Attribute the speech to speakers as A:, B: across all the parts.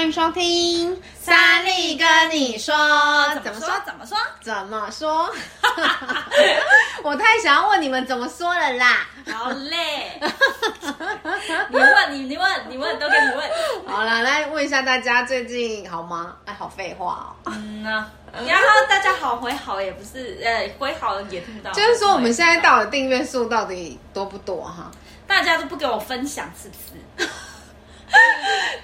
A: 迎收听
B: 三立跟你说
A: 啊怎么说
B: 怎么说？
A: 怎么 说？我太想要问你们怎么说了啦！
B: 好嘞，你问你你问你问都给你 问。
A: 好啦，来问一下大家最近好吗？哎，好废话哦。
B: 嗯呐、你要说大家好回好也不是，呃，回好也听不到。
A: 就是说我们现在到底订阅数到底多不多哈？
B: 大家都不给我分享，是不是？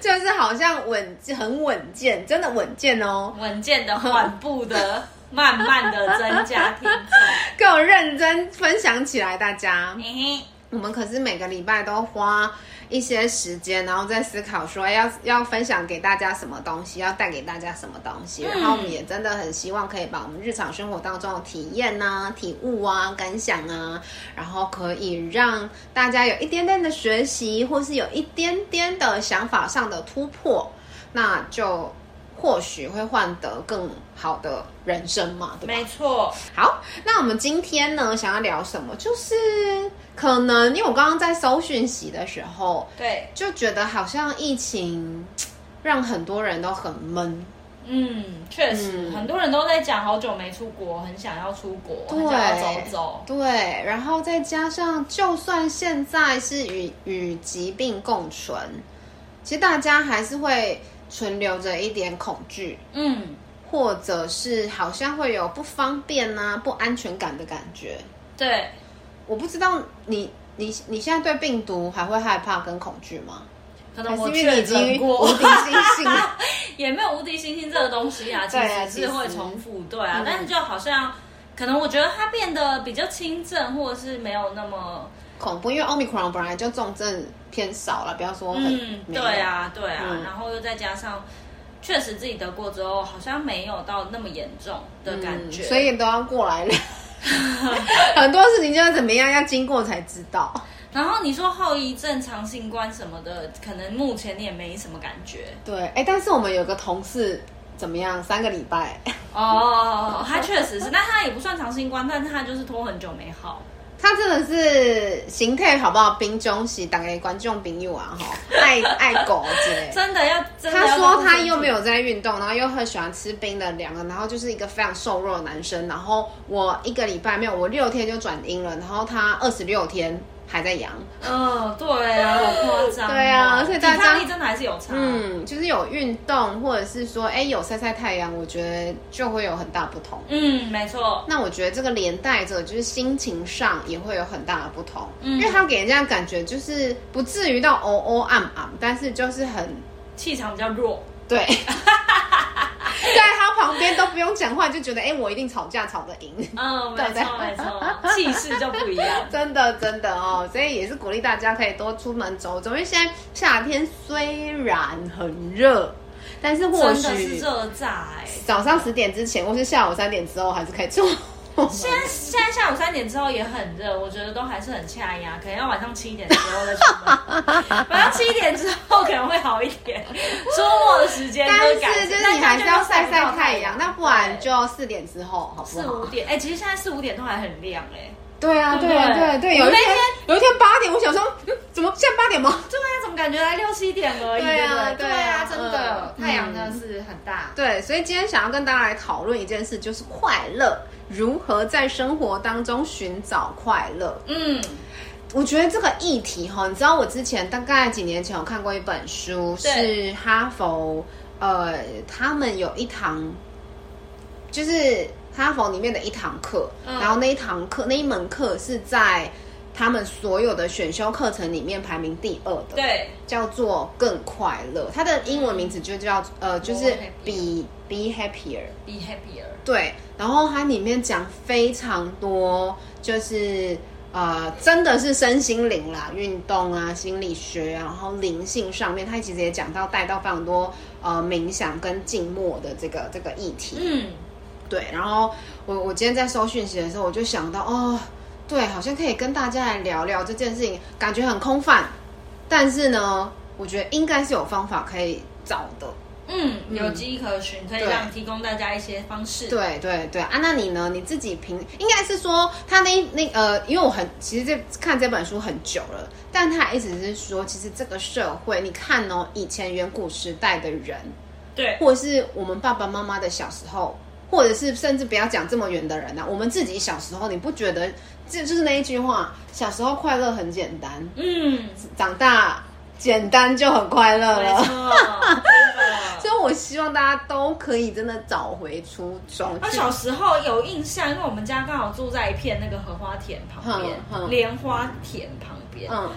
A: 就是好像稳很稳健，真的稳健哦，
B: 稳健的、缓 步的、慢慢的增加听众。
A: 给我认真分享起来，大家。
B: 嘿嘿，
A: 我们可是每个礼拜都花一些时间，然后在思考说要要分享给大家什么东西，要带给大家什么东西。然后我们也真的很希望可以把我们日常生活当中的体验啊、体悟啊、感想啊，然后可以让大家有一点点的学习，或是有一点点的想法上的突破，那就或许会换得更好的人生嘛，对吧？
B: 没错，
A: 好，那我们今天呢，想要聊什么？就是可能因为我刚刚在搜讯息的时候，
B: 对，
A: 就觉得好像疫情让很多人都很闷，
B: 嗯，确实、
A: 嗯
B: 很多人都在讲好久没出国，很想要出国，很想要走走。
A: 对，然后再加上，就算现在是与与疾病共存，其实大家还是会存留着一点恐惧，
B: 嗯，
A: 或者是好像会有不方便啊、不安全感的感觉。
B: 对。
A: 我不知道你你你现在对病毒还会害怕跟恐惧吗？
B: 可
A: 还
B: 能
A: 是
B: 我
A: 因为你
B: 确
A: 已经
B: 诊
A: 无
B: 过
A: 敌，星星了？
B: 也没有无敌星星这个东西啊，其
A: 对啊
B: 实是会
A: 其实
B: 重复，对啊，但是就好像可能我觉得它变得比较轻症，或者是没有那么，
A: 恐怖，因为 Omicron 本来就重症偏少了，不要说很
B: 嗯，
A: 没有
B: 对，啊，对啊，
A: 嗯
B: 然后又再加上确实自己得过之后，好像没有到那么严重的
A: 嗯
B: 感觉，
A: 所以都要过来 了。很多事情就要怎么样，要经过才知道。
B: 然后你说后遗症、长新冠什么的，可能目前你也没什么感觉
A: 对，哎、但是我们有个同事怎么样？三个礼拜，
B: 哦，他确实是，但他也不算长新冠，但他就是拖很久没好。
A: 他真的是形态好不好？冰中是打给观众朋友啊，哈，爱爱狗之类的。
B: 真的要，真的
A: 他
B: 要
A: 说
B: 动
A: 他
B: 身
A: 又没
B: 体
A: 有在运动，然后又很喜欢吃冰的凉的，然后就是一个非常瘦弱的男生。然后我一个礼拜没有，我六天就转阴了，然后他二十六天还在阳。
B: 嗯，对啊，好夸张、
A: 对啊所以大家
B: 抵抗力真的还是有差。嗯，
A: 嗯，就是有运动，或者是说，哎、有晒晒太阳，我觉得就会有很大不同。
B: 嗯没错，
A: 那我觉得这个连带着就是心情上也会有很大的不同，
B: 嗯
A: 因为他给人家感觉就是不至于到哦哦暗暗，但是就是很
B: 气场比较弱。
A: 对， 在他旁边都不用讲话，就觉得哎、我一定吵架吵得赢。
B: 嗯，没
A: 对
B: 错没错，气势就不一样。
A: 真的真的哦，所以也是鼓励大家可以多出门走走，因为现在夏天虽然很热，但是 或
B: 真的是
A: 许
B: 热炸哎、
A: 早上十点之前或是下午三点之后还是可以出门。
B: 现在现在下午三点之后也很热，我觉得都还是很恰呀，可能要晚上七点之后再出门。 晚上七点之后可能会好一点，周末的时间
A: 但
B: 会改
A: 是
B: 善。
A: 就是你还是要晒晒太阳，那不然
B: 对
A: 就四点之后好不
B: 四五
A: 好？
B: 点哎、其实现在四五点都还很亮哎、
A: 对啊，
B: 对
A: 对啊
B: 不对
A: 对对，有
B: 我
A: 一
B: 那
A: 天有一天八点，我想说，嗯，怎么现在八点吗？
B: 对啊，怎么感觉才六七点而已？
A: 对啊
B: 不
A: 对
B: 对
A: 啊
B: 啊，真的，
A: 嗯
B: 太阳真的是很大。
A: 对，所以今天想要跟大家来讨论一件事，就是快乐如何在生活当中寻找快乐。
B: 嗯，
A: 我觉得这个议题哈，你知道我之前大概几年前有看过一本书，
B: 对
A: 是哈佛呃，他们有一堂就是哈佛里面的一堂课，
B: 嗯
A: 然后那一堂课那一门课是在他们所有的选修课程里面排名第二的，
B: 对，
A: 叫做更快乐，它的英文名字就叫呃，就是
B: More
A: be be happier。
B: be happier。
A: 对，然后它里面讲非常多，就是呃，真的是身心灵啦，运动啊，心理学啊，然后灵性上面，它其实也讲到带到非常多呃冥想跟静默的这个这个议题。
B: 嗯，
A: 对，然后我我今天在收讯息的时候，我就想到哦，对，好像可以跟大家来聊聊这件事情，感觉很空泛，但是呢，我觉得应该是有方法可以找的。
B: 嗯，有迹可循，可以
A: 对
B: 让提供大家一些方式。
A: 对对对啊，那你呢？你自己平应该是说他那那呃，因为我很其实这看这本书很久了，但他一直是说，其实这个社会，你看哦，以前远古时代的人，
B: 对
A: 或者是我们爸爸妈妈的小时候，或者是甚至不要讲这么远的人啊，我们自己小时候，你不觉得这就是那一句话，小时候快乐很简单，
B: 嗯，
A: 长大简单就很快乐
B: 没
A: 了。
B: 错，真的。
A: 所以我希望大家都可以真的找回初衷
B: 那
A: 去。
B: 小时候有印象，因为我们家刚好住在一片那个荷花田旁边
A: 嗯，嗯
B: 莲花田旁边。
A: 嗯，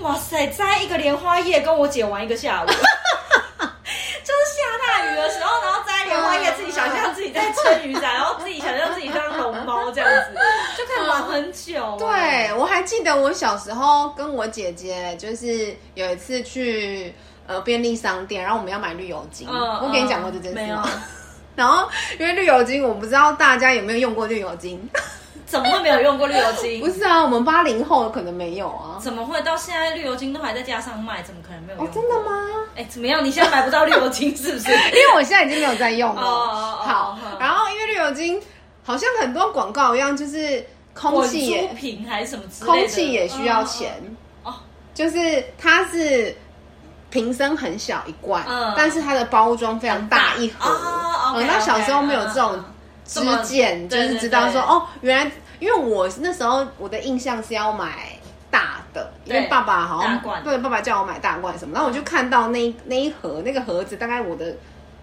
B: 哇塞，摘一个莲花叶跟我姐玩一 个下午，就是下大雨的时候，然后摘莲花叶，自己想象自己在撑雨伞，然后自己想象自己像龙猫这样子，就可以玩很久、啊
A: 对，，我还记得我小时候跟我姐姐，就是有一次去呃便利商店，然后我们要买绿油精。
B: 嗯
A: 我给你讲过这件
B: 嗯没
A: 事
B: 有
A: 吗？ 然后因为绿油精，我不知道大家有没有用过绿油精。
B: 怎么会没有用过绿油
A: 不
B: 精？
A: 是啊，我们八零后可能没有啊。
B: 怎么会到现在绿油精都还在架上卖？怎么可能没有用、
A: 哦，真的？吗？
B: 哎、怎么样？你现在买不到绿油精是不是？
A: 因为我现在已经没有在用了。
B: 哦哦哦
A: 好
B: 哦，
A: 然后因为绿油精好像很多广告一样，就是 空
B: 滚
A: 气
B: 珠
A: 也
B: 瓶还是什么之类的？
A: 空气也需要钱。
B: 哦。哦哦
A: 就是它是瓶身很小一罐，
B: 嗯
A: 但是它的包装非常大一盒。
B: 哦，OK，
A: 嗯那小时候没有这种
B: 嗯嗯
A: 知
B: 这么
A: 见，就
B: 对
A: 是知道说
B: 对对
A: 哦，原来因为我那时候我的印象是要买大的，因为
B: 对
A: 爸爸好像
B: 大罐
A: 对爸爸叫我买大罐什么，然后我就看到那一那一盒那个盒子，大概我的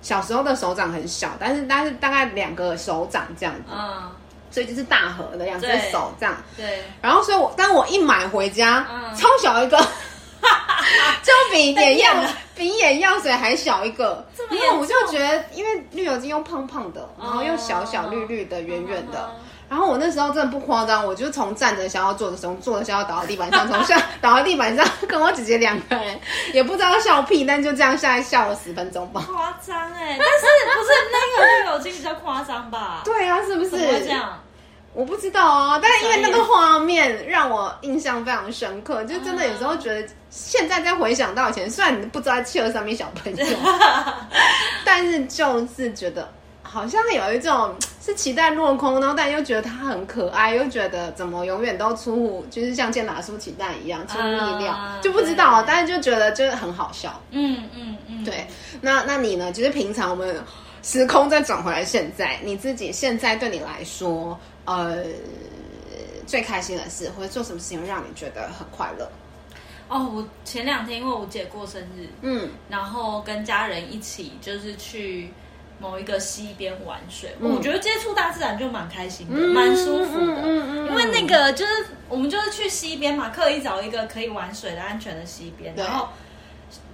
A: 小时候的手掌很小，但是但是大概两个手掌这样子，
B: 嗯，
A: 所以就是大盒的两只
B: 对
A: 手这样。
B: 对。
A: 然后所以我，当我一买回家，
B: 嗯
A: 超小 一个，就比眼药
B: 被骗了
A: 比眼药水还小一个。
B: 这么
A: 然
B: 严
A: 后
B: 重
A: 我就觉得，因为绿油精又胖胖的，然后又小小绿绿的、圆圆的。
B: 嗯
A: 然后我那时候真的不夸张，我就从站着想要坐着，从坐着想要倒到地板上，从下 倒到地板上，跟我姐姐两个人也不知道笑屁，但就这样下来笑了十分钟 吧。
B: 夸张哎，但是不是那个绿油精比较夸张吧？
A: 对啊，是不是？
B: 怎么会这 样？
A: 我不知道啊，但是因为那
B: 专
A: 个
B: 业
A: 画面让我印象非常深
B: 啊
A: 刻，就真的有时候觉得，现在再回想到以前，虽然你不知道在企鹅上面小朋 友，但是就是觉得好像有一种是期待落空，然后但又觉得它很可爱，又觉得怎么永远都出乎，就是像健达出奇蛋一样出乎意料，
B: 啊
A: 就不知道，
B: 对
A: 但是就觉得就是很好笑。
B: 嗯嗯嗯，
A: 对，那那你呢？就是平常我们时空再转回来，现在你自己现在对你来说，呃，最开心的事，或者做什么事情让你觉得很快乐？
B: 哦，我前两天因为我姐过生日，
A: 嗯
B: 然后跟家人一起就是去某一个溪边玩水，
A: 嗯
B: 我觉得接触大自然就蛮开心的，
A: 嗯
B: 蛮舒服的。
A: 嗯嗯嗯
B: 因为那个就是我们就是去溪边嘛，刻意找一个可以玩水的安全的溪边，
A: 对
B: 然后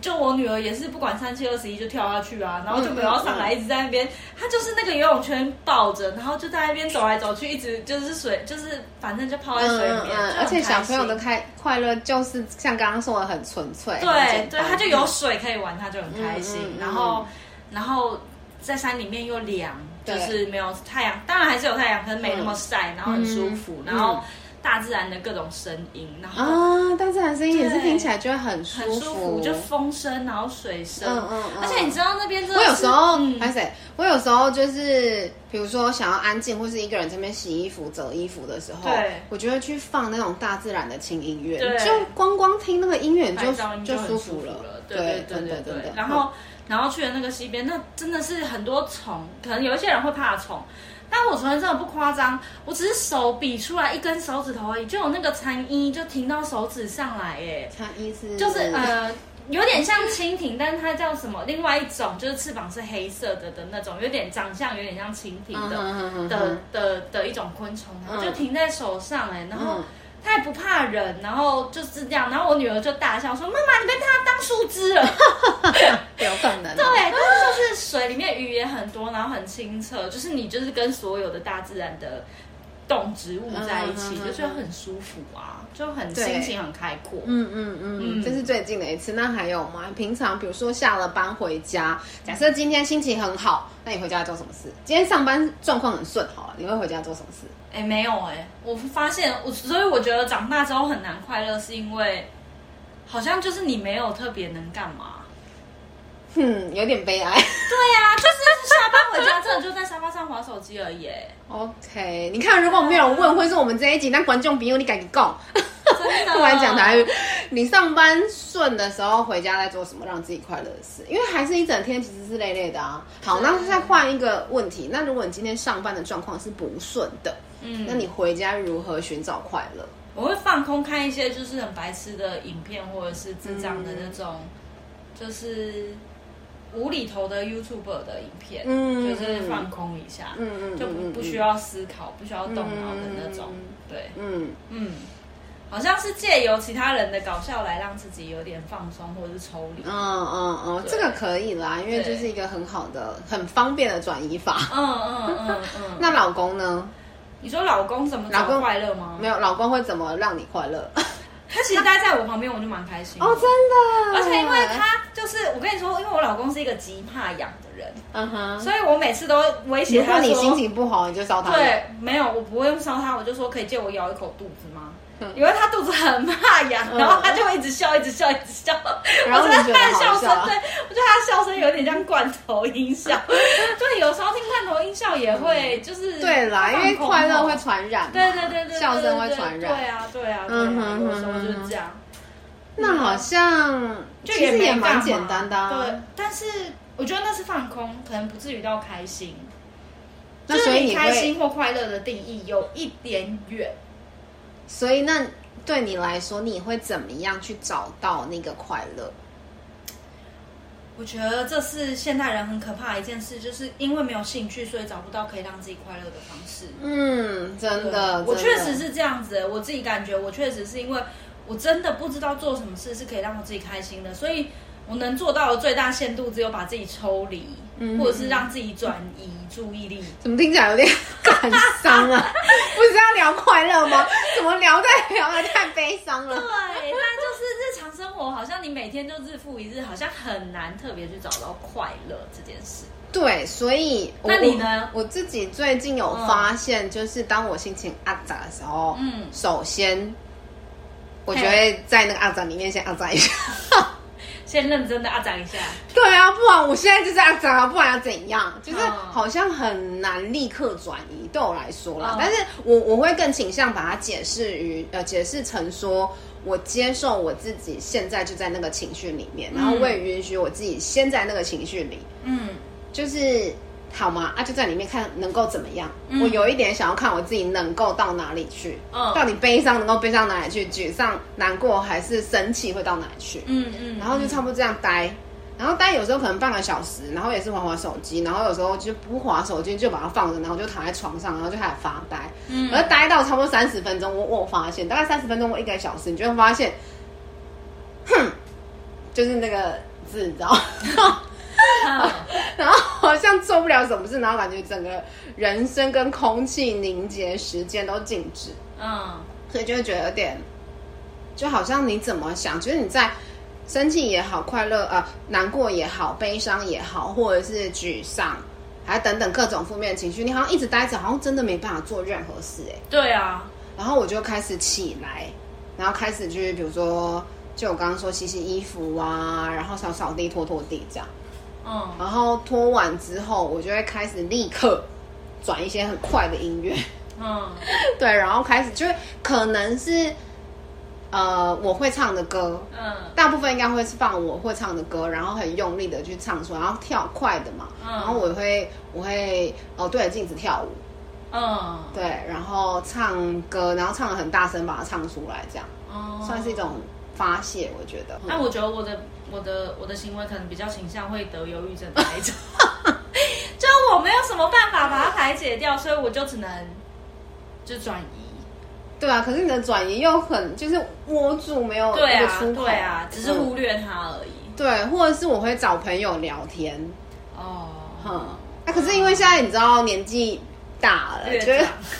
B: 就我女儿也是不管三七二十一就跳下去啊，然后就没有
A: 嗯
B: 要
A: 嗯
B: 上来，一直在那边，她就是那个游泳圈抱着，然后就在那边走来走去，一直就是水，就是反正就泡在水里面，就很
A: 嗯而且小
B: 开
A: 朋
B: 心
A: 友的开快乐就是像刚刚说的很纯粹，很
B: 对
A: 简
B: 对，
A: 单
B: 他就有水可以玩，他就很开心。
A: 嗯嗯嗯
B: 然后，然后在山里面又凉，就
A: 对
B: 是没有太阳，当然还是有太阳，可是没那么晒，然后很舒服，
A: 嗯
B: 然后大自然的各种声音，然后
A: 啊，但自然声音也是
B: 对
A: 听起来就会很舒
B: 很舒服，就风声，然后水声，
A: 嗯嗯嗯
B: 而且你知道那边真的
A: 我
B: 是，
A: 有时候，
B: 嗯
A: 拍谁、我有时候就是，比如说想要安静，或是一个人这边洗衣服、折衣服的时候
B: 对，
A: 我就会去放那种大自然的轻音乐，
B: 对
A: 就光光听那个音乐你就
B: 拍照应该
A: 就
B: 很
A: 舒
B: 舒
A: 服
B: 了
A: 了，。
B: 对对对
A: 真的
B: 对
A: 真的
B: 对。。然后，然后去了那个溪边，那真的是很多虫，可能有一些人会怕虫。但我昨天真的不夸张，我只是手比出来一根手指头而已，就有那个蚕衣就停到手指上来，哎，
A: 它意思
B: 就是呃，有点像蜻蜓，但是它叫什么？另外一种就是翅膀是黑色的的那种，有点长相有点像蜻蜓
A: 嗯
B: 的、
A: 哼哼哼
B: 的
A: 哼
B: 的的一种昆虫，然后就
A: 嗯
B: 停在手上、哎，然后。
A: 嗯
B: 他也不怕人，然后就是这样，然后我女儿就大笑说：“妈妈，你被他当树枝了。
A: 有可能”
B: 对，但是就是水里面鱼也很多，然后很清澈，就是你就是跟所有的大自然的动植物在一
A: 嗯嗯
B: 起，
A: 嗯嗯
B: 就觉得很舒服啊，就很
A: 对
B: 心情很开阔。
A: 嗯嗯嗯，
B: 嗯
A: 这是最近的一次。那还有吗？平常比如说下了班回家，
B: 嗯
A: 假设今天心情很好，那你回家做什么事？今天上班状况很顺，好了，你会回家做什么事？
B: 哎、没有哎、我发现我，所以我觉得长大之后很难快乐，是因为好像就是你没有特别能干嘛。
A: 哼，有点悲哀。
B: 对呀、就是下班回家真的就在沙发上划手机而已耶，
A: OK，你看，如果没有人问，或是我们这一集，那观众朋友你赶紧讲，
B: 真的。
A: 不然讲台语。你上班顺的时候回家在做什么让自己快乐的事？因为还是一整天其实是累累的啊。好，那再换一个问题，那如果你今天上班的状况是不顺的，
B: 嗯
A: 那你回家如何寻找快乐？
B: 我会放空看一些就是很白痴的影片，或者是智障的那种，
A: 嗯
B: 就是无厘头的 YouTuber 的影片，
A: 嗯
B: 就是放空一下，
A: 嗯嗯，
B: 就不
A: 嗯
B: 不需。要思考、不需要动脑的那种。
A: 嗯
B: 对，
A: 嗯，嗯
B: 嗯，好像是借由其他人的搞笑来让自己有点放松或者是抽离。嗯
A: 嗯嗯嗯，这个可以啦，因为
B: 对
A: 就是一个很好的、很方便的转移 法。
B: 嗯嗯嗯。
A: 那老公呢？
B: 你说老公怎么
A: 老
B: 找
A: 公
B: 快乐吗
A: 没？有，老公会怎么让你快 乐？
B: 他其实待在我旁边，我就蛮开心的。
A: 哦，真的，
B: 而且因为他就是我跟你说，因为我老公是一个极怕痒的人。
A: 嗯哼，
B: 所以我每次都威胁
A: 如果
B: 他说：“
A: 你心情不好，你就烧他。，
B: 对，没有，我不会烧他，我就说可以借我咬一口肚子吗？”因为他肚子很怕痒，
A: 嗯
B: 然后他就会一直笑，一直笑，一直笑。
A: 然后
B: 我
A: 你
B: 觉
A: 觉得
B: 得他的
A: 好
B: 笑
A: 笑啊
B: 声，对我觉得他的笑声有点像罐头音效。 对，有时候听罐头音效也会，就是
A: 嗯对啦，因为
B: 放空
A: 快乐会
B: 后
A: 传染嘛，
B: 对对对对，
A: 笑声
B: 对
A: 会
B: 对
A: 传
B: 对
A: 染。
B: 啊，对啊，对
A: 嗯
B: 啊，
A: 哼
B: 有时候就
A: 哼
B: 是这样。
A: 那好像
B: 就
A: 其实
B: 没
A: 也
B: 干
A: 蛮
B: 嘛
A: 简单的
B: 对
A: 啊。，
B: 但是我觉得那是放空，可能不至于到开心。
A: 那
B: 就是
A: 所以
B: 离
A: 你
B: 开
A: 会，
B: 心或快乐的定义有一点远。
A: 所以那对你来说，你会怎么样去找到那个快乐？
B: 我觉得这是现代人很可怕的一件事，就是因为没有兴趣，所以找不到可以让自己快乐的方式。
A: 嗯，真的，
B: 我
A: 真
B: 确
A: 的
B: 实是这样子，我自己感觉我确实是因为我真的不知道做什么事是可以让我自己开心的，所以我能做到的最大限度只有把自己抽离，
A: 嗯
B: 或者是让自己转移注意力。
A: 怎么听起来有点感伤啊？ 不是要聊快乐吗？怎么聊在聊的太悲伤了？
B: 对，但就是日常生活，好像你每天就日复一日，好像很难特别去找到快乐这件事。
A: 对，所以我
B: 那你呢
A: 我？我自己最近有发现，就是当我心情阿杂的时候，
B: 嗯
A: 首先我
B: 嘿
A: 觉得在那个阿杂里面先阿杂一下。
B: 先认真的啊讲一下，
A: 对啊，不然我现在就是阿杂啊，不然要怎样？就是
B: 嗯
A: 好像很难立刻转移，对我来说啦。
B: 嗯
A: 但是我我会更倾向把它解释于呃解释成说。我接受我自己现在就在那个情绪里面，然后
B: 嗯
A: 我也允许我自己先在那个情绪里，
B: 嗯，
A: 就是好吗？啊，就在里面看能够怎么样。
B: 嗯
A: 我有一点想要看我自己能够到哪里去，
B: 嗯
A: 到底悲伤能够悲伤哪里去，沮丧、难过还是生气会到哪里去？
B: 嗯嗯，
A: 然后就差不多这样待，然后待有时候可能半个小时，然后也是滑滑手机，然后有时候就不滑手机就把它放着，然后就躺在床上，然后就开始发呆。
B: 嗯
A: 而待到差不多三十分钟，我我发现大概三十分钟或一个小时，你就会发现，哼，就是那个字，你知道。
B: 嗯
A: 然后好像做不了什么事，然后感觉整个人生跟空气凝结，时间都静止，
B: 嗯
A: 所以就会觉得有点，就好像你怎么想，就是你在生气也好，快乐呃难过也好，悲伤也好，或者是沮丧，还等等各种负面情绪，你好像一直待着，好像真的没办法做任何事哎、欸
B: 对啊，
A: 然后我就开始起来，然后开始就是比如说，就我刚刚说洗洗衣服啊，然后扫扫地、拖拖地这样。
B: 嗯
A: 然后拖完之后，我就会开始立刻转一些很快的音乐，
B: 嗯
A: 对，然后开始就是可能是呃我会唱的歌，
B: 嗯
A: 大部分应该会是放我会唱的歌，然后很用力的去唱出来，然后跳快的嘛，
B: 嗯
A: 然后我会我会哦对着镜子跳舞，
B: 嗯，
A: 对，然后唱歌，然后唱的很大声把它唱出来，这样
B: 哦
A: 算是一。种发泄，我觉得。
B: 那我觉得我的我的我的行为可能比较倾向会得忧郁症的 那一种，就我没有什么办法把它排解掉，所以我就只能就转移。
A: 对啊，可是你的转移又很就是窝住没有
B: 对
A: 哦一个
B: 啊
A: 出口，
B: 对啊，只是
A: 嗯
B: 忽略它而已。
A: 对，或者是我会找朋友聊天，
B: 哦，
A: 嗯，啊，可是因为现在你知道年纪大了，
B: 略
A: 就
B: 长，
A: 是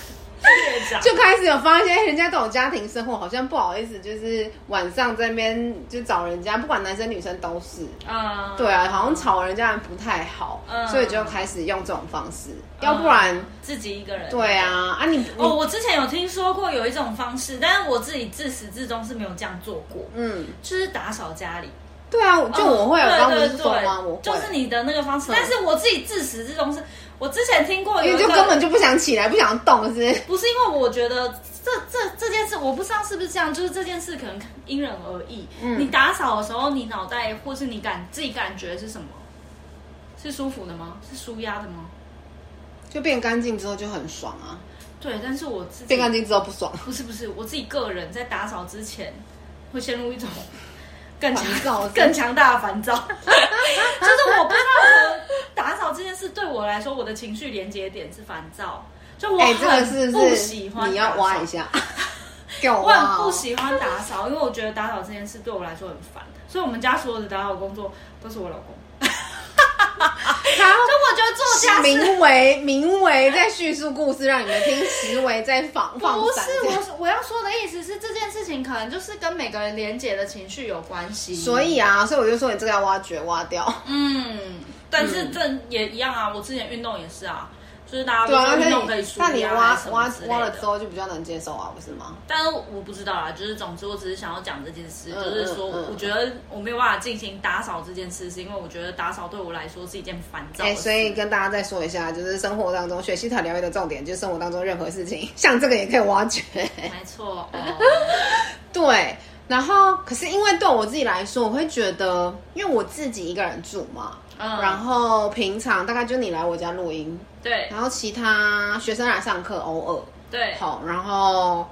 B: 略 长，
A: 就开始有发现哎人家都有家庭生活，好像不好意思，就是晚上这边就找人家，不管男生女生都是，
B: 啊，
A: 对啊，好像吵人家人不太好，
B: 嗯
A: 所以就开始用这种方式，
B: 嗯
A: 要不然，
B: 自己一个人，
A: 对啊，啊你你、
B: 哦，我之前有听说过有一种方式，但是我自己自始至终是没有这样做过，
A: 嗯
B: 就是打扫家里。
A: 对啊，就我会，
B: 嗯
A: 我刚刚不
B: 对
A: 是
B: 对
A: 说吗？
B: 对
A: 我会，
B: 就是你的那个方
A: 嗯
B: 式。但是我自己自始至终是，我之前听过
A: 你
B: 有一
A: 就
B: 个
A: 根本就不想起来，不想动，是？
B: 不是因为我觉得这这这件事，我不知道是不是这样，就是这件事可能因人而异。
A: 嗯
B: 你打扫的时候，你脑袋或是你感自己感觉是什么？是舒服的吗？是舒压的吗？
A: 就变干净之后就很爽啊，
B: 对，但是我自己
A: 变干净之后不爽，
B: 不是不是，我自己个人在打扫之前会陷入一种更强
A: 烦躁是
B: 更强大的 烦躁，就是我不知道我打扫这件事对我来说，我的情绪连接点是烦躁，就我
A: 哎、这个
B: 很
A: 是
B: 不
A: 不
B: 喜
A: 是
B: 欢、
A: 你要挖一， 下？给我
B: 我
A: 挖、
B: 很
A: 哦！
B: 不喜欢打扫，因为我觉得打扫这件事对我来说很烦，所以我们家所有的打扫工作都是我老 公，所以我觉得做
A: 他
B: 家事。
A: 名为名为在叙述故事让你们听，实为在放放
B: 不
A: 闪
B: 是
A: 这样。
B: 我，我要说的意思是，这件事情可能就是跟每个人连接的情绪有关系。
A: 所以啊，所以我就说你这个要挖掘挖 掉。
B: 嗯，但是这也一样啊，我之前运动也是啊，就是大家
A: 对啊，
B: 都说运
A: 那
B: 动
A: 你
B: 可以舒压
A: 那你挖
B: 什么
A: 挖
B: 之类的
A: 挖了之，后就比较能接受啊，不是吗？
B: 但是我不知道啊，就是总之我只是想要讲这件事，
A: 嗯
B: 就是说
A: 嗯嗯
B: 我觉得我没有办法进行打扫这件事，是因为我觉得打扫对我来说是一件烦躁
A: 哎、
B: 的事。
A: 所以跟大家再说一下，就是生活当中学习塔疗愈的重点，就是生活当中任何事情，像这个也可以挖掘。
B: 没错， 哦
A: 对，然后可是因为对我自己来说，我会觉得，因为我自己一个人住嘛，
B: 嗯，
A: 然后平常大概就你来我家录音，
B: 对
A: 然后其他学生来上课，偶尔
B: 对，
A: 好，然后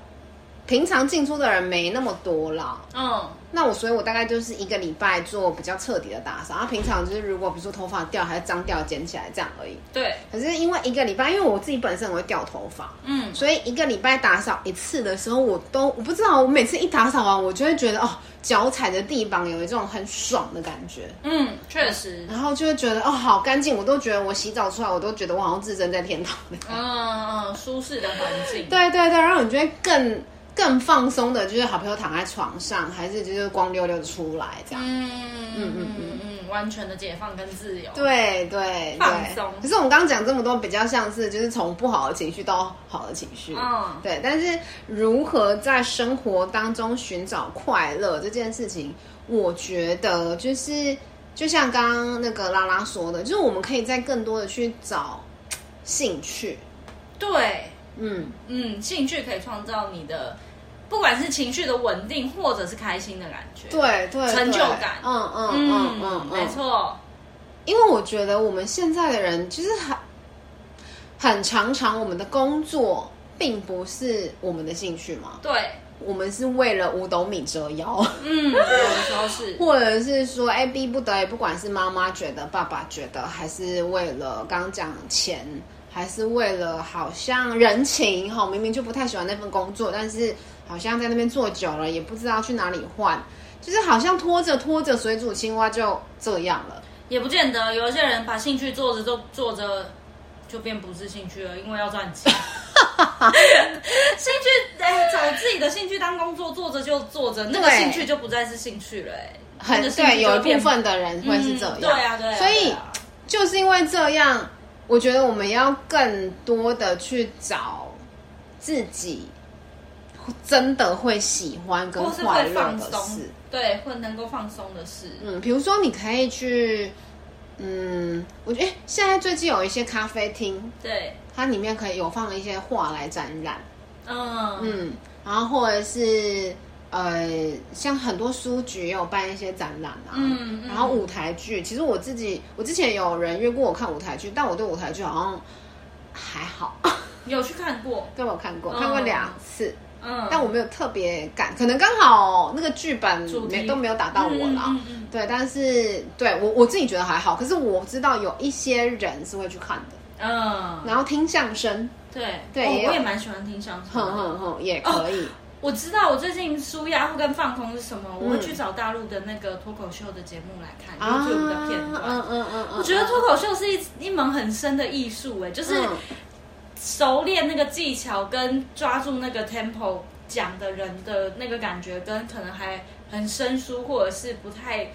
A: 平常进出的人没那么多啦。
B: 嗯
A: 那我所以，我大概就是一个礼拜做比较彻底的打扫，然后平常就是如果比如说头发掉还是脏掉捡起来这样而已。
B: 对，
A: 可是因为一个礼拜，因为我自己本身很会掉头发，
B: 嗯
A: 所以一个礼拜打扫一次的时候，我都我不知道，我每次一打扫完，我就会觉得哦，脚踩着地板有一种很爽的感觉，
B: 嗯，确实，
A: 然后就会觉得哦，好干净，我都觉得我洗澡出来，我都觉得我好像置身在天堂 的。
B: 嗯嗯，舒适的环境，
A: 对对对，然后你就会更更放松的，就是好朋友躺在床上，还是就是光溜溜的出来这样。
B: 嗯嗯嗯嗯，完全的解放跟自由，
A: 对对
B: 放
A: 对
B: 松，
A: 可是我们刚刚讲这么多，比较像是就是从不好的情绪到好的情绪。
B: 嗯
A: 对，但是如何在生活当中寻找快乐这件事情，我觉得就是就像刚刚那个拉拉说的，就是我们可以再更多的去找兴趣，
B: 对。
A: 嗯，
B: 嗯，兴趣可以创造你的，不管是情绪的稳定，或者是开心的感觉。
A: 对对，对
B: 成就感
A: 嗯嗯嗯
B: 嗯，
A: 嗯，嗯
B: 没，错，
A: 因为我觉得我们现在的人就是很很常常我们的工作并不是我们的兴趣嘛，
B: 对，
A: 我们是为了五斗米折腰。
B: 嗯，有的时候是，
A: 或者是说，哎，逼不得已，不管是妈妈觉得、爸爸觉得，还是为了刚刚讲钱，还是为了好像人情哈，明明就不太喜欢那份工作，但是好像在那边做久了，也不知道去哪里换，就是好像拖着拖着，水煮青蛙就这样了。
B: 也不见得有一些人把兴趣做着做做着就变不是兴趣了，因为要赚钱。兴趣，哎、找自己的兴趣当工作，做着就做着，那个
A: 对
B: 兴趣就不再是兴趣了、哎，
A: 很
B: 那个兴趣
A: 嗯对，有
B: 就
A: 一
B: 变
A: 部分的人会是这样，
B: 嗯对啊，对啊，
A: 所以
B: 对啊
A: 就是因为这样，我觉得我们要更多的去找自己真的会喜欢跟
B: 或是
A: 快
B: 会
A: 乐
B: 放
A: 的
B: 松
A: 事。，
B: 对，会能够放松的事，
A: 嗯，比如说你可以去，嗯，我觉得诶现在最近有一些咖啡厅，
B: 对，
A: 它里面可以有放一些画来展览，
B: 嗯
A: 嗯，然后或者是。呃，像很多书局也有办一些展览啊，
B: 嗯嗯
A: 然后舞台剧，其实我自己，我之前有人约过我看舞台剧，但我对舞台剧好像还好，
B: 有去看过，
A: 对我有看过，
B: 嗯
A: 看过两次，
B: 嗯，
A: 但我没有特别感，可能刚好那个剧本
B: 主题
A: 没都没有打到我啦。
B: 嗯嗯
A: 对，但是对我我自己觉得还好，可是我知道有一些人是会去看的，
B: 嗯，嗯
A: 然后听相声，
B: 对
A: 对
B: 哦
A: 也有
B: 我也蛮喜欢听相声
A: 哼
B: 的。
A: 哼哼，也可以。
B: 我知道我最近舒压或跟放空是什么，
A: 嗯
B: 我会去找大陆的那个脱口秀的节目来看
A: 啊，
B: 哦 YouTube 的片
A: 嗯
B: 段。
A: 嗯嗯嗯，
B: 我觉得脱口秀是一一门很深的艺术，哎，就是
A: 嗯
B: 熟练那个技巧跟抓住那个 tempo 讲的人的那个感觉，跟可能还很生疏或者是不太。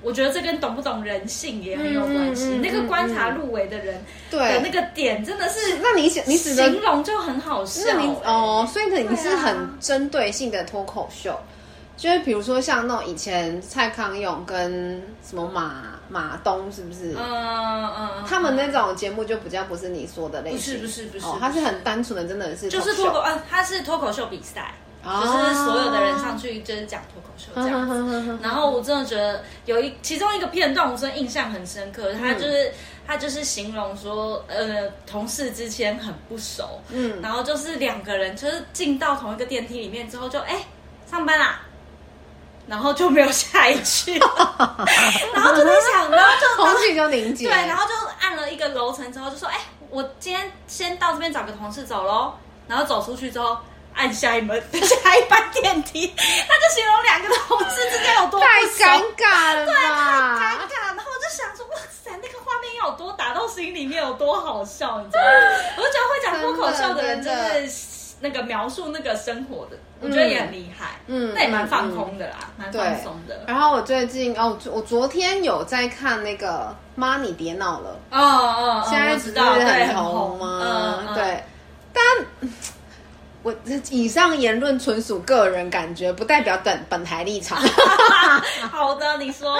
B: 我觉得这跟懂不懂人性也很有关系。
A: 嗯嗯嗯
B: 那个观察
A: 嗯嗯
B: 入围的人的那
A: 对。
B: 个点真的是
A: 那你写你指的
B: 形容就很好笑、
A: 那你
B: 欸
A: 哦，所以你
B: 对
A: 是
B: 啊
A: 很针对性的脱口秀，就是比如说像那种以前蔡康永跟什么马马东是不是？
B: 嗯嗯嗯，
A: 他们那种节目就比较不是你说的类
B: 不是
A: 型，
B: 不是不是
A: 哦，它是很单纯的，真的是
B: 就是
A: talk
B: 脱
A: show
B: 口，呃，他是脱口秀比赛，
A: 哦
B: 就是所有的人上去就是讲脱口秀这样子。然后我真的觉得有一其中一个片段，我真的印象很深刻。他就是、他就是形容说，呃，同事之间很不熟，
A: 嗯
B: 然后就是两个人就是进到同一个电梯里面之后就，哎上班啦。然后就没有下一句， 然后就在想，然后就
A: 红景就凝结，
B: 对，然后就按了一个楼层之后，就说：“哎、我今天先到这边找个同事走喽。”然后走出去之后，按下一门 下一班电梯，他就形容两个同事之间有多不
A: 太
B: 熟
A: 尴尬了
B: 尴
A: 吧？
B: 尬。然后我就想说：“哇塞，那个画面要有多打到心里面，有多好笑，你知道 吗？”我就觉得会讲脱口秀的人，就
A: 真的
B: 是那个描述那个生活的，我觉得也很厉害。
A: 嗯
B: 那也蛮放空的啦，蛮放松的。
A: 然后我最近哦，我昨我昨天有在看那个《妈，你别闹了
B: 哦哦，哦》，
A: 现在
B: 我
A: 不
B: 知
A: 是
B: 道，对，
A: 很红
B: 嗯
A: 吗？，
B: 嗯
A: 对，但我以上言论纯属个人感觉，不代表本本台立场。
B: 好的，你说。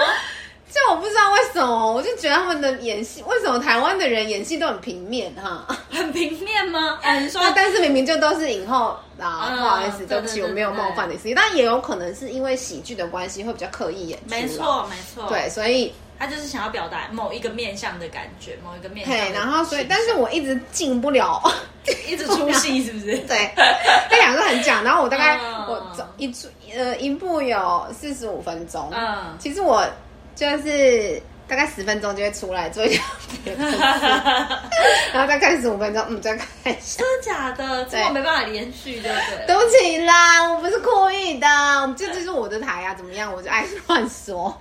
A: 就我不知道为什么，我就觉得他们的演戏，为什么台湾的人演戏都很平面 哈？
B: 很平面吗？哎，你说
A: 那但是明明就都是影后啊，
B: 嗯
A: 不好意思，
B: 对
A: 对不起，
B: 对
A: 我
B: 对
A: 没有冒犯你的意思，但也有可能是因为喜剧的关系，会比较刻意演出。
B: 没，错没错，
A: 哦对，，所以
B: 他就是想要表达某一个面向的感觉，某一个面向的
A: 嘿，
B: 形象。
A: 然后所以，但是我一直进不了，
B: 一直 出戏是不是？
A: 对，这两个很讲。然后我大概、
B: 嗯
A: 我走一出呃一部有四十五分钟，
B: 嗯
A: 其实我就是大概十分钟就会出来做一下别的事，然后再看十五分钟，嗯，再看一下。
B: 真的假的？这么没办法连续，对不
A: 对
B: 对？
A: 不起啦，我不是故意的，我们这就是我的台啊，怎么样？我就爱乱 说。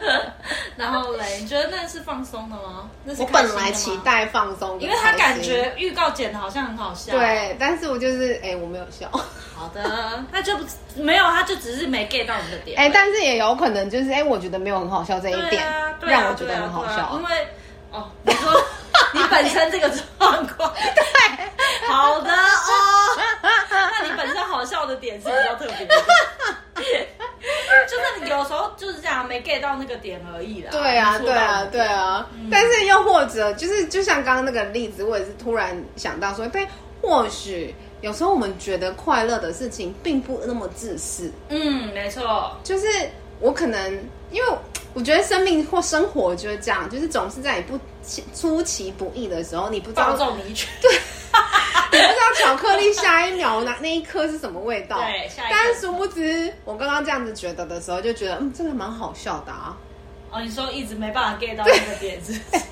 B: 然后嘞，你觉得那是放松的吗？那是
A: 我
B: 开心
A: 本
B: 的吗
A: 来期，待放松，
B: 因为他感觉预告剪的好像很好笑。，
A: 对，但是我就是哎、我没有笑。
B: 好的，那就不没有，他就只是没 get 到你的点。
A: 哎、但是也有可能就是哎、我觉得没有很好笑这一
B: 对
A: 点，
B: 啊，对啊
A: 让我觉得很好笑。
B: 对啊因为哦，你说你本身这个 状况，对，好的哦，那你本身好笑的点是比较特别的，就是你有时候就是这样没 get 到那个点而已啦。
A: 对啊，
B: 没
A: 对
B: 戳到
A: 啊，
B: 你
A: 对啊。但是又或者就是，就像刚刚那个例子，我也是突然想到说，对，或许有时候我们觉得快乐的事情，并不那么自私。
B: 嗯，没错，
A: 就是我可能因为我觉得生命或生活就是这样，就是总是在你不期出其不意的时候，你不知道
B: 暴
A: 你
B: 中你一拳，
A: 不知道巧克力下一秒 那那一颗是什么味道。
B: 对，下一
A: 但
B: 个。
A: 殊不知，我刚刚这样子觉得的时候，就觉得嗯，这个蛮好笑的啊。
B: 哦，你说一直没办法 get 到那个点是不是？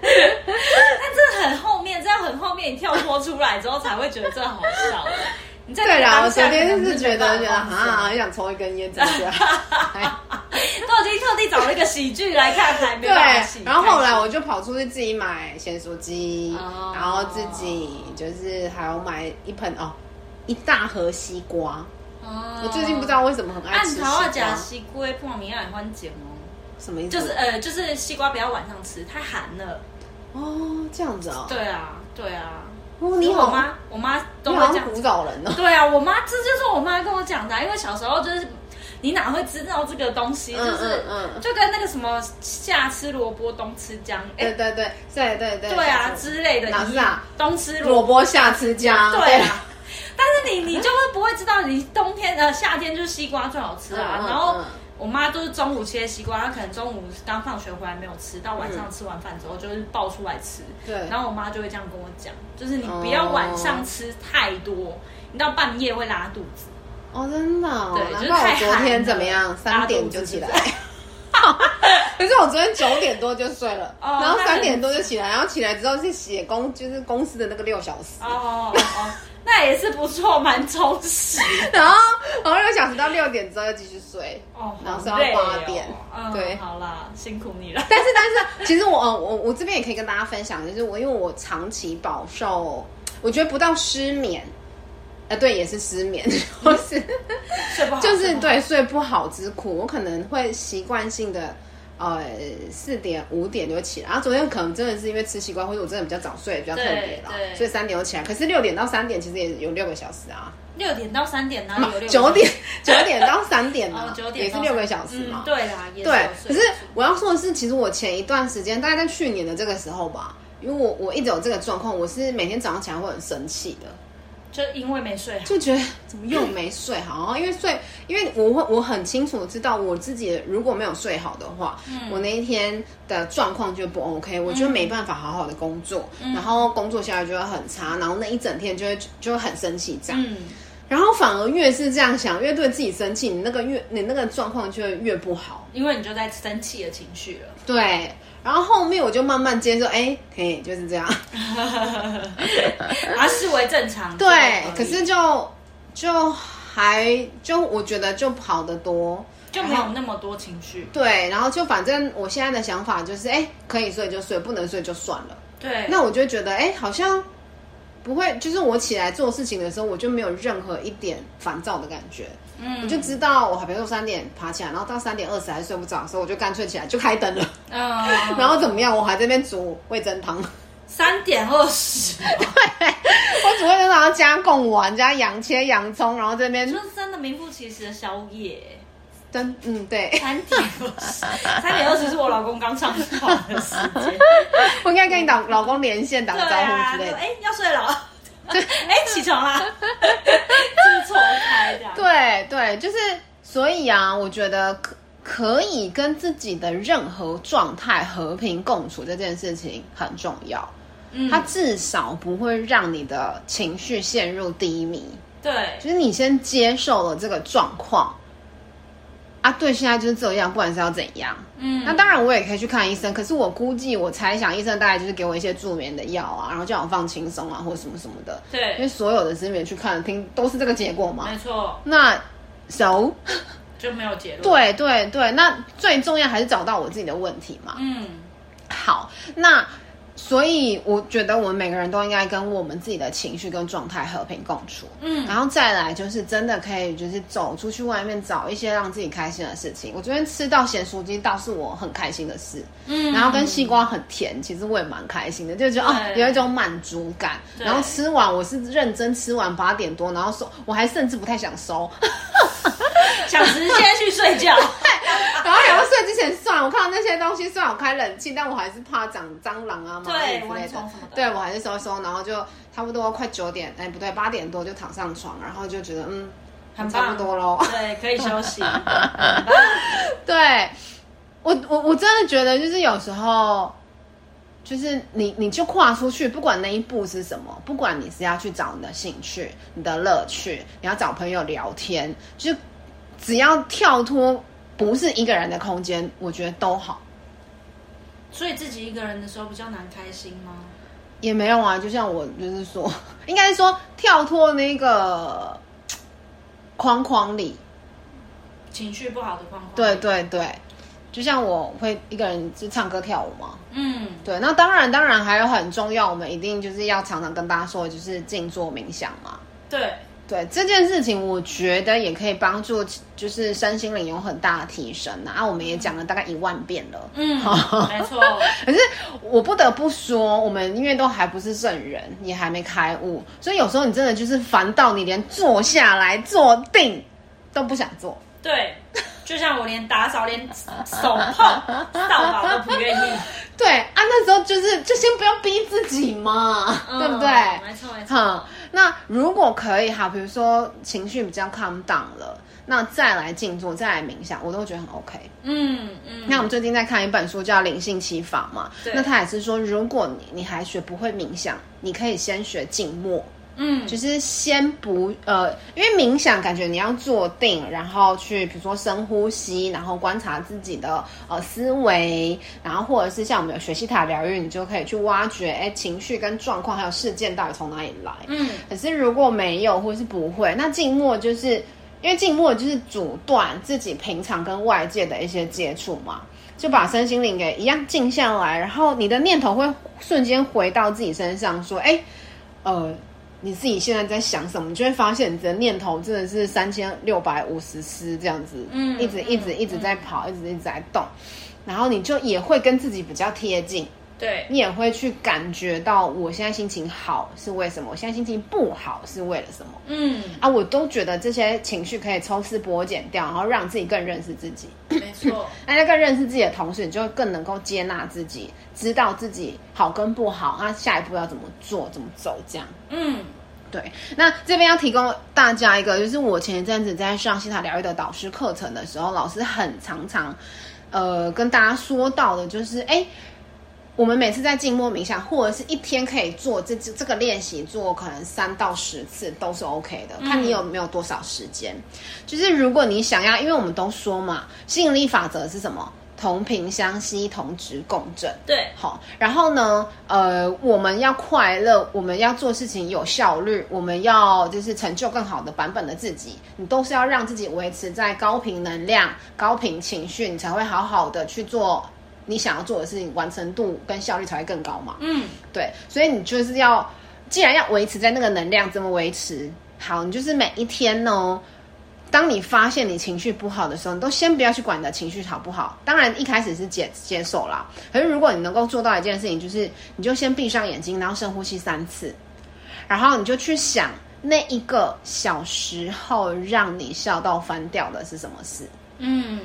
B: 但这很后面，这样很后面，你跳脱出来之后才会觉得这好笑。你 在
A: 对啦，我
B: 当
A: 昨
B: 下可
A: 天
B: 能
A: 是觉
B: 没办
A: 得
B: 法
A: 觉得
B: 放松
A: 啊，很想抽一根烟，真 的。哎
B: 都已经特地找了一个喜剧来看，还没
A: 对
B: 办法喜。，
A: 然后后来我就跑出去自己买咸酥鸡，
B: 哦
A: 然后自己就是还有买一盆哦，一大盒西瓜。
B: 哦
A: 我最近不知，道为什么很爱
B: 按
A: 吃西
B: 桃啊，假
A: 瓜，嗯
B: 西瓜破明爱欢节哦，
A: 什么意思？
B: 就是呃，就是西瓜不要晚上吃，太寒了。
A: 哦，这样子哦。
B: 对啊，对啊，
A: 哦，你
B: 我
A: 好，
B: 妈，我妈都
A: 你
B: 会
A: 好
B: 这
A: 像
B: 样
A: 古早人哦。
B: 对啊，我妈这就是我妈跟我讲的啊、因为小时候就是你哪会知道这个东西，就
A: 嗯
B: 是
A: 嗯、嗯，
B: 就跟那个什么夏吃萝卜冬吃姜，哎、
A: 对对对对对对。
B: 对啊之类的，
A: 哪是啊
B: 一样冬吃萝
A: 萝
B: 卜。
A: 卜下吃姜。
B: 对啊，但是你你就会不会知道，你冬天呃夏天就是西瓜最好吃啊。
A: 嗯嗯
B: 然后
A: 嗯
B: 我妈就是中午切西瓜，她可能中午刚放学回来没有吃到，晚上吃完饭之后就是爆出来吃。
A: 对
B: 然后我妈就会这样跟我讲，就是你不要晚上吃太多，你到半夜会拉肚子。
A: 哦，真的、哦，
B: 对就是
A: 难怪
B: 太
A: 我昨
B: 寒
A: 天
B: 了
A: 怎么样，
B: 拉
A: 三
B: 肚
A: 点
B: 子
A: 就起
B: 是
A: 来
B: 不。
A: 可是我昨天九点多就睡了，
B: 哦
A: 然后
B: 那
A: 三
B: 很
A: 点多就起来，然后起来之后是写公，就是公司的那个六小时，
B: 哦哦哦哦，那也是不错，蛮充实。
A: 然后然后六小时到六点之后又继续睡。
B: 哦，
A: 然后
B: 好
A: 睡到
B: 累
A: 八
B: 哦
A: 点
B: 嗯，
A: 对
B: 好啦，辛苦你了。
A: 但是但是，其实我呃我我这边也可以跟大家分享，就是我因为我长期饱受，我觉得不到失眠，呃对，也是失眠， 就是
B: 睡不好，
A: 就
B: 睡
A: 是
B: 不好，
A: 对睡不好之苦，我可能会习惯性的。呃，四点五点就起来，啊然后昨天可能真的是因为吃西瓜，或者我真的比较早睡，比较特别啦
B: 对，对
A: 所以三点就起来。可是六点到三点其实也有六个小时啊，
B: 六点到三点哪里啊有六个小
A: 九
B: 时？
A: 点 九点到三点嘛
B: 哦，，九点
A: 也是
B: 到
A: 六个
B: 三
A: 小时嘛
B: 嗯、。对啦，也
A: 对，
B: 有
A: 可
B: 睡
A: 是我要说的是，其实我前一段时间，大概在去年的这个时候吧，因为我我一直有这个状况，我是每天早上起来会很生气的，
B: 就因为没睡好，
A: 就觉得怎么又没睡好，然后因为睡，因为我会我很清楚知道我自己如果没有睡好的话，
B: 嗯
A: 我那一天的状况就不 OK，我就没办法好好的工作，
B: 嗯
A: 然后工作效率就会很差，然后那一整天就会就会很生气这样，
B: 嗯，
A: 然后反而越是这样想，越对自己生气，你那个越你那个状况就会越不好。
B: 因为你就在生气的情绪了。
A: 对，然后后面我就慢慢接受，哎，可以就是这样。
B: 嗯把它啊视为正常。
A: 对，
B: 就
A: 可
B: 以
A: 是就就还就我觉得就好得多。
B: 就没有那么多情绪。
A: 对，然后就反正我现在的想法就是，哎，可以睡就睡，不能睡就算了。
B: 对，
A: 那我就觉得，哎，好像不会，就是我起来做事情的时候，我就没有任何一点烦躁的感觉。
B: 嗯
A: 我就知道，我好比如说三点爬起来，然后到三点二十还睡不着的时候，我就干脆起来就开灯了。
B: 嗯，
A: 然后怎么样，我还在那边煮味噌汤。
B: 三点二十，
A: 我只会想要加贡丸、加洋切、洋葱，然后这边
B: 就是真的名副其实的宵夜。
A: 真嗯对，
B: 三点二十，三点二十是我老公刚上床的时间。
A: 我应该跟你
B: 嗯
A: 老老公连线打
B: 对
A: 个 招呼
B: 啊，
A: 之类
B: 就
A: 的。
B: 哎、要睡了哦， 哎、起床啦，就是错开这样。
A: 对对，就是所以啊，我觉得可可以跟自己的任何状态和平共处这件事情很重要，
B: 嗯
A: 它至少不会让你的情绪陷入低迷。
B: 对
A: 就是你先接受了这个状况。啊，对，现在就是这样，不管是要怎样，
B: 嗯
A: 那当然我也可以去看医生，可是我估计我猜想，医生大概就是给我一些助眠的药啊，然后叫我放轻松啊，或者什么什么的，因为
B: 对，
A: 所有的失眠去看听都是这个结果嘛。
B: 没错，
A: 那 so
B: 就没有结论。，
A: 对啊对对，那最重要还是找到我自己的问题嘛。
B: 嗯，
A: 好，那所以我觉得我们每个人都应该跟我们自己的情绪跟状态和平共处。
B: 嗯
A: 然后再来就是真的可以就是走出去外面找一些让自己开心的事情。我昨天吃到咸酥鸡，倒是我很开心的事。
B: 嗯
A: 然后跟西瓜很甜，其实我也蛮开心的，就觉得哦
B: 对
A: 有一种满足感。
B: 对
A: 然后吃完我是认真吃完八点多，然后收我还甚至不太想收，
B: 想直接去睡 觉。
A: 然后想要睡之前算了，我看到那些东西虽然我开冷气，但我还是怕长蟑螂啊、蚂蚁
B: 对
A: 之类
B: 蚊虫
A: 的
B: 什么。的
A: 对我还是收一收，然后就差不多快九点，哎不对，八点多就躺上床，然后就觉得嗯。
B: 很
A: 差
B: 棒
A: 不多喽。
B: 对，可以休息。
A: 对我，我我真的觉得，就是有时候，就是你你就跨出去，不管那一步是什么，不管你是要去找你的兴趣、你的乐趣，你要找朋友聊天，就是只要跳脱不是一个人的空间，我觉得都好。
B: 所以自己一个人的时候比较难开心吗？
A: 也没有啊，就像我就是说， 应该说跳脱那个框框里，
B: 情绪不好的框框。
A: 对，对对，就像我会一个人就唱歌跳舞嘛，
B: 嗯，
A: 对，那当然，当然还有很重要，我们一定就是要常常跟大家说，就是静坐冥想嘛。
B: 对，
A: 对这件事情，我觉得也可以帮助，就是身心灵有很大的提升啊。啊我们也讲了大概一万遍了，
B: 嗯，没错，
A: 可是我不得不说，我们因为都还不是圣人，也还没开悟，所以有时候你真的就是烦到你连坐下来坐定都不想做。
B: 对。就像我连打扫、连手碰、扫把都不愿 意，
A: 对啊，那时候就是就先不要逼自己嘛，
B: 嗯
A: 对不对？
B: 没错，没错。
A: 哼，那如果可以哈，比如说情绪比较 calm down 了，那再来静坐，再来冥想，我都觉得很 OK。
B: 嗯嗯，
A: 那我们最近在看一本书叫《灵性启法》嘛，
B: 对
A: 那他也是说，如果你你还学不会冥想，你可以先学静默，
B: 嗯
A: 就是先不呃，因为冥想感觉你要坐定，然后去比如说深呼吸，然后观察自己的呃思维，然后或者是像我们有学习塔疗愈，你就可以去挖掘哎情绪跟状况还有事件到底从哪里来。
B: 嗯，
A: 可是如果没有或是不会，那静默就是因为静默就是阻断自己平常跟外界的一些接触嘛，就把身心灵给一样静下来，然后你的念头会瞬间回到自己身上，说，哎、呃。你自己现在在想什么？你就会发现你的念头真的是三千六百五十思这样子，
B: 嗯
A: 一直一直
B: 嗯
A: 一直在跑，一直一直在动，然后你就也会跟自己比较贴近，
B: 对对，
A: 你也会去感觉到我现在心情好是为什么，我现在心情不好是为了什么
B: 嗯，
A: 啊？我都觉得这些情绪可以抽丝剥茧掉，然后让自己更认识自己。
B: 没错，
A: 那在更认识自己的同时，你就会更能够接纳自己，知道自己好跟不好，那下一步要怎么做、怎么走这样。
B: 嗯，
A: 对，那这边要提供大家一个，就是我前一阵子在上西塔疗愈的导师课程的时候，老师很常常呃跟大家说到的，就是哎。诶我们每次在静默冥想，或者是一天可以做这这这个练习，做可能三到十次都是 OK 的，看你有没有多少时间。就是如果你想要，因为我们都说嘛，吸引力法则是什么？同频相吸，同值共振。
B: 对，
A: 好，然后呢，呃，我们要快乐，我们要做事情有效率，我们要就是成就更好的版本的自己，你都是要让自己维持在高频能量、高频情绪，你才会好好的去做你想要做的事情，完成度跟效率才会更高嘛。
B: 嗯，
A: 对，所以你就是要，既然要维持在那个能量，怎么维持？好，你就是每一天呢，当你发现你情绪不好的时候，你都先不要去管你的情绪好不好。当然一开始是接接受啦，可是如果你能够做到一件事情，就是你就先闭上眼睛，然后深呼吸三次，然后你就去想那一个小时候让你笑到翻掉的是什么事，
B: 嗯，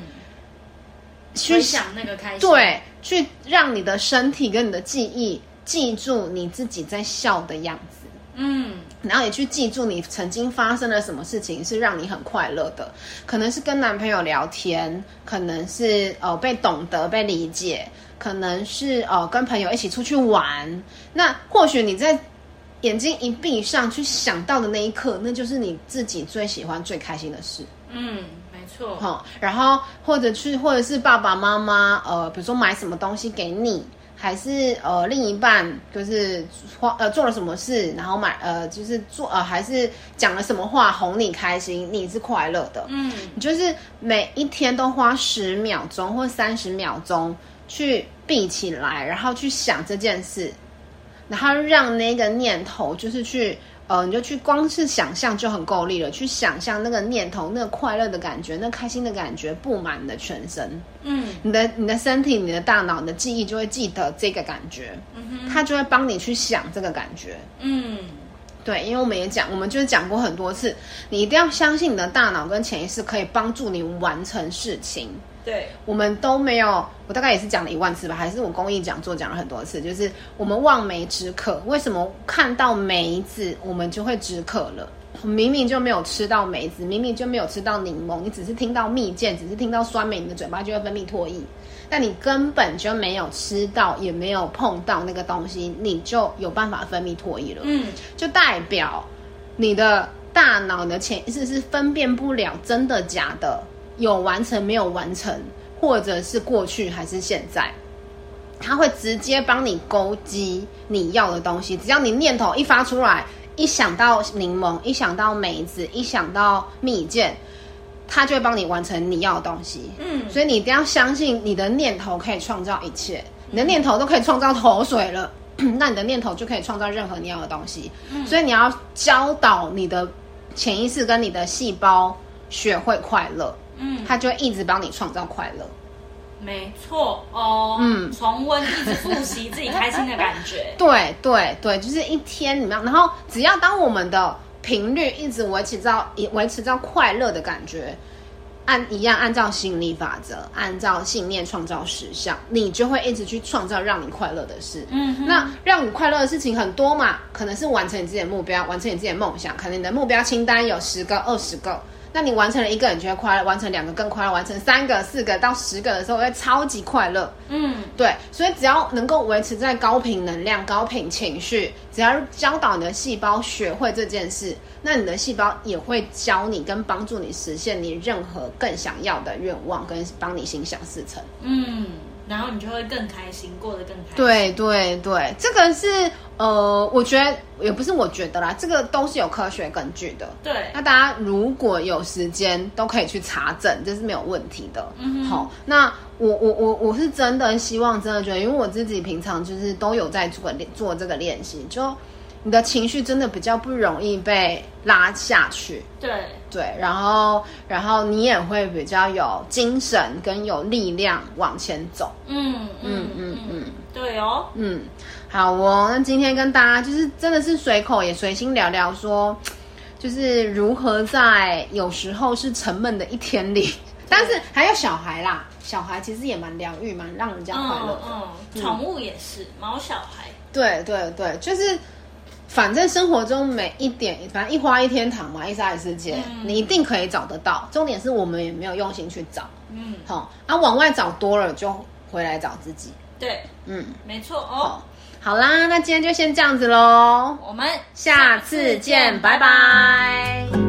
A: 去
B: 分享那个开心，，
A: 对，去让你的身体跟你的记忆记住你自己在笑的样子。
B: 嗯，
A: 然后也去记住你曾经发生了什么事情是让你很快乐的，可能是呃跟男朋友聊天，可能是呃被懂得、被理解，可能是呃跟朋友一起出去玩。那或许你在眼睛一闭上去想到的那一刻，那就是你自己最喜欢、最开心的事。
B: 嗯，没错，
A: 哈、然后或者去，或者是爸爸妈妈，呃，比如说买什么东西给你，还是呃另一半就是花呃做了什么事，然后买呃就是做呃还是讲了什么话哄你开心，你是快乐的，
B: 嗯，
A: 你就是每一天都花十秒钟或三十秒钟去闭起来，然后去想这件事，然后让那个念头就是去，呃，你就去光是想象就很够力了，去想象那个念头、那个快乐的感觉、那开心的感觉布满你的全身，
B: 嗯，
A: 你的你的身体、你的大脑、你的记忆就会记得这个感觉，
B: 嗯
A: 它就会帮你去想这个感觉。
B: 哼，嗯，
A: 对，因为我们也讲，我们就是讲过很多次，你一定要相信你的大脑跟潜意识可以帮助你完成事情。
B: 对，
A: 我们都没有，我大概也是讲了一万次吧，还是我公益讲座讲了很多次，就是我们望梅止渴。为什么看到梅子我们就会止渴了？明明就没有吃到梅子，明明就没有吃到柠檬，你只是听到蜜饯，只是听到酸梅，你的嘴巴就会分泌唾液，但你根本就没有吃到，也没有碰到那个东西，你就有办法分泌唾液了。
B: 嗯，
A: 就代表你的大脑、你的潜意识是分辨不了真的假的，有完成没有完成，或者是过去还是现在，它会直接帮你勾机你要的东西。只要你念头一发出来，一想到柠檬，一想到梅子，一想到蜜饯，它就会帮你完成你要的东西。
B: 嗯，
A: 所以你一定要相信你的念头可以创造一切，你的念头都可以创造口水了， 那你的念头就可以创造任何你要的东西。所以你要教导你的潜意识跟你的细胞学会快乐，
B: 嗯，
A: 它就会一直帮你创造快乐。
B: 没错哦，
A: 嗯
B: 嗯，重温一直复习自己开心的感觉，
A: 对对对，就是一天你们要，然后只要当我们的频率一直维持到维持到快乐的感觉，按一样按照吸引力法则，按照信念创造实相，你就会一直去创造让你快乐的事。
B: 嗯哼，
A: 那让你快乐的事情很多嘛，可能是完成你自己的目标，完成你自己的梦想，可能你的目标清单有十个、二十个。那你完成了一个，你觉得快乐；完成两个更快乐；完成三个、四个到十个的时候，会超级快乐。
B: 嗯，
A: 对，所以只要能够维持在高频能量、高频情绪，只要教导你的细胞学会这件事，那你的细胞也会教你跟帮助你实现你任何更想要的愿望，跟帮你心想事成。
B: 嗯，然后你就会更开心，过得更开心。，
A: 对对对，这个是呃，我觉得也不是我觉得啦，这个都是有科学根据的。
B: 对，
A: 那大家如果有时间，都可以去查证，这是没有问题的。
B: 嗯哼
A: 好，那我我我我是真的希望，真的觉得，因为我自己平常就是都有在做练做这个练习，就你的情绪真的比较不容易被拉下去。
B: 对，
A: 对，然后然后你也会比较有精神跟有力量往前走。
B: 嗯嗯
A: 嗯
B: 嗯
A: 嗯
B: 嗯，对哦，
A: 嗯，好哦，那今天跟大家就是真的是随口也随心聊聊说，就是如何在有时候是沉闷的一天里， 但是还有小孩啦，小孩其实也蛮疗愈，蛮让人家快乐的。
B: 嗯嗯，宠物也是，毛小孩，
A: 对对对，就是反正生活中每一点，反正一花一天堂嘛，一沙一世界，
B: 嗯
A: 你一定可以找得到。重点是我们也没有用心去找，
B: 嗯，
A: 好、啊，往外找多了就回来找自己。
B: 对，
A: 嗯，
B: 没错哦，
A: 好啦，那今天就先这样子喽。
B: 我们
A: 下次见，拜拜。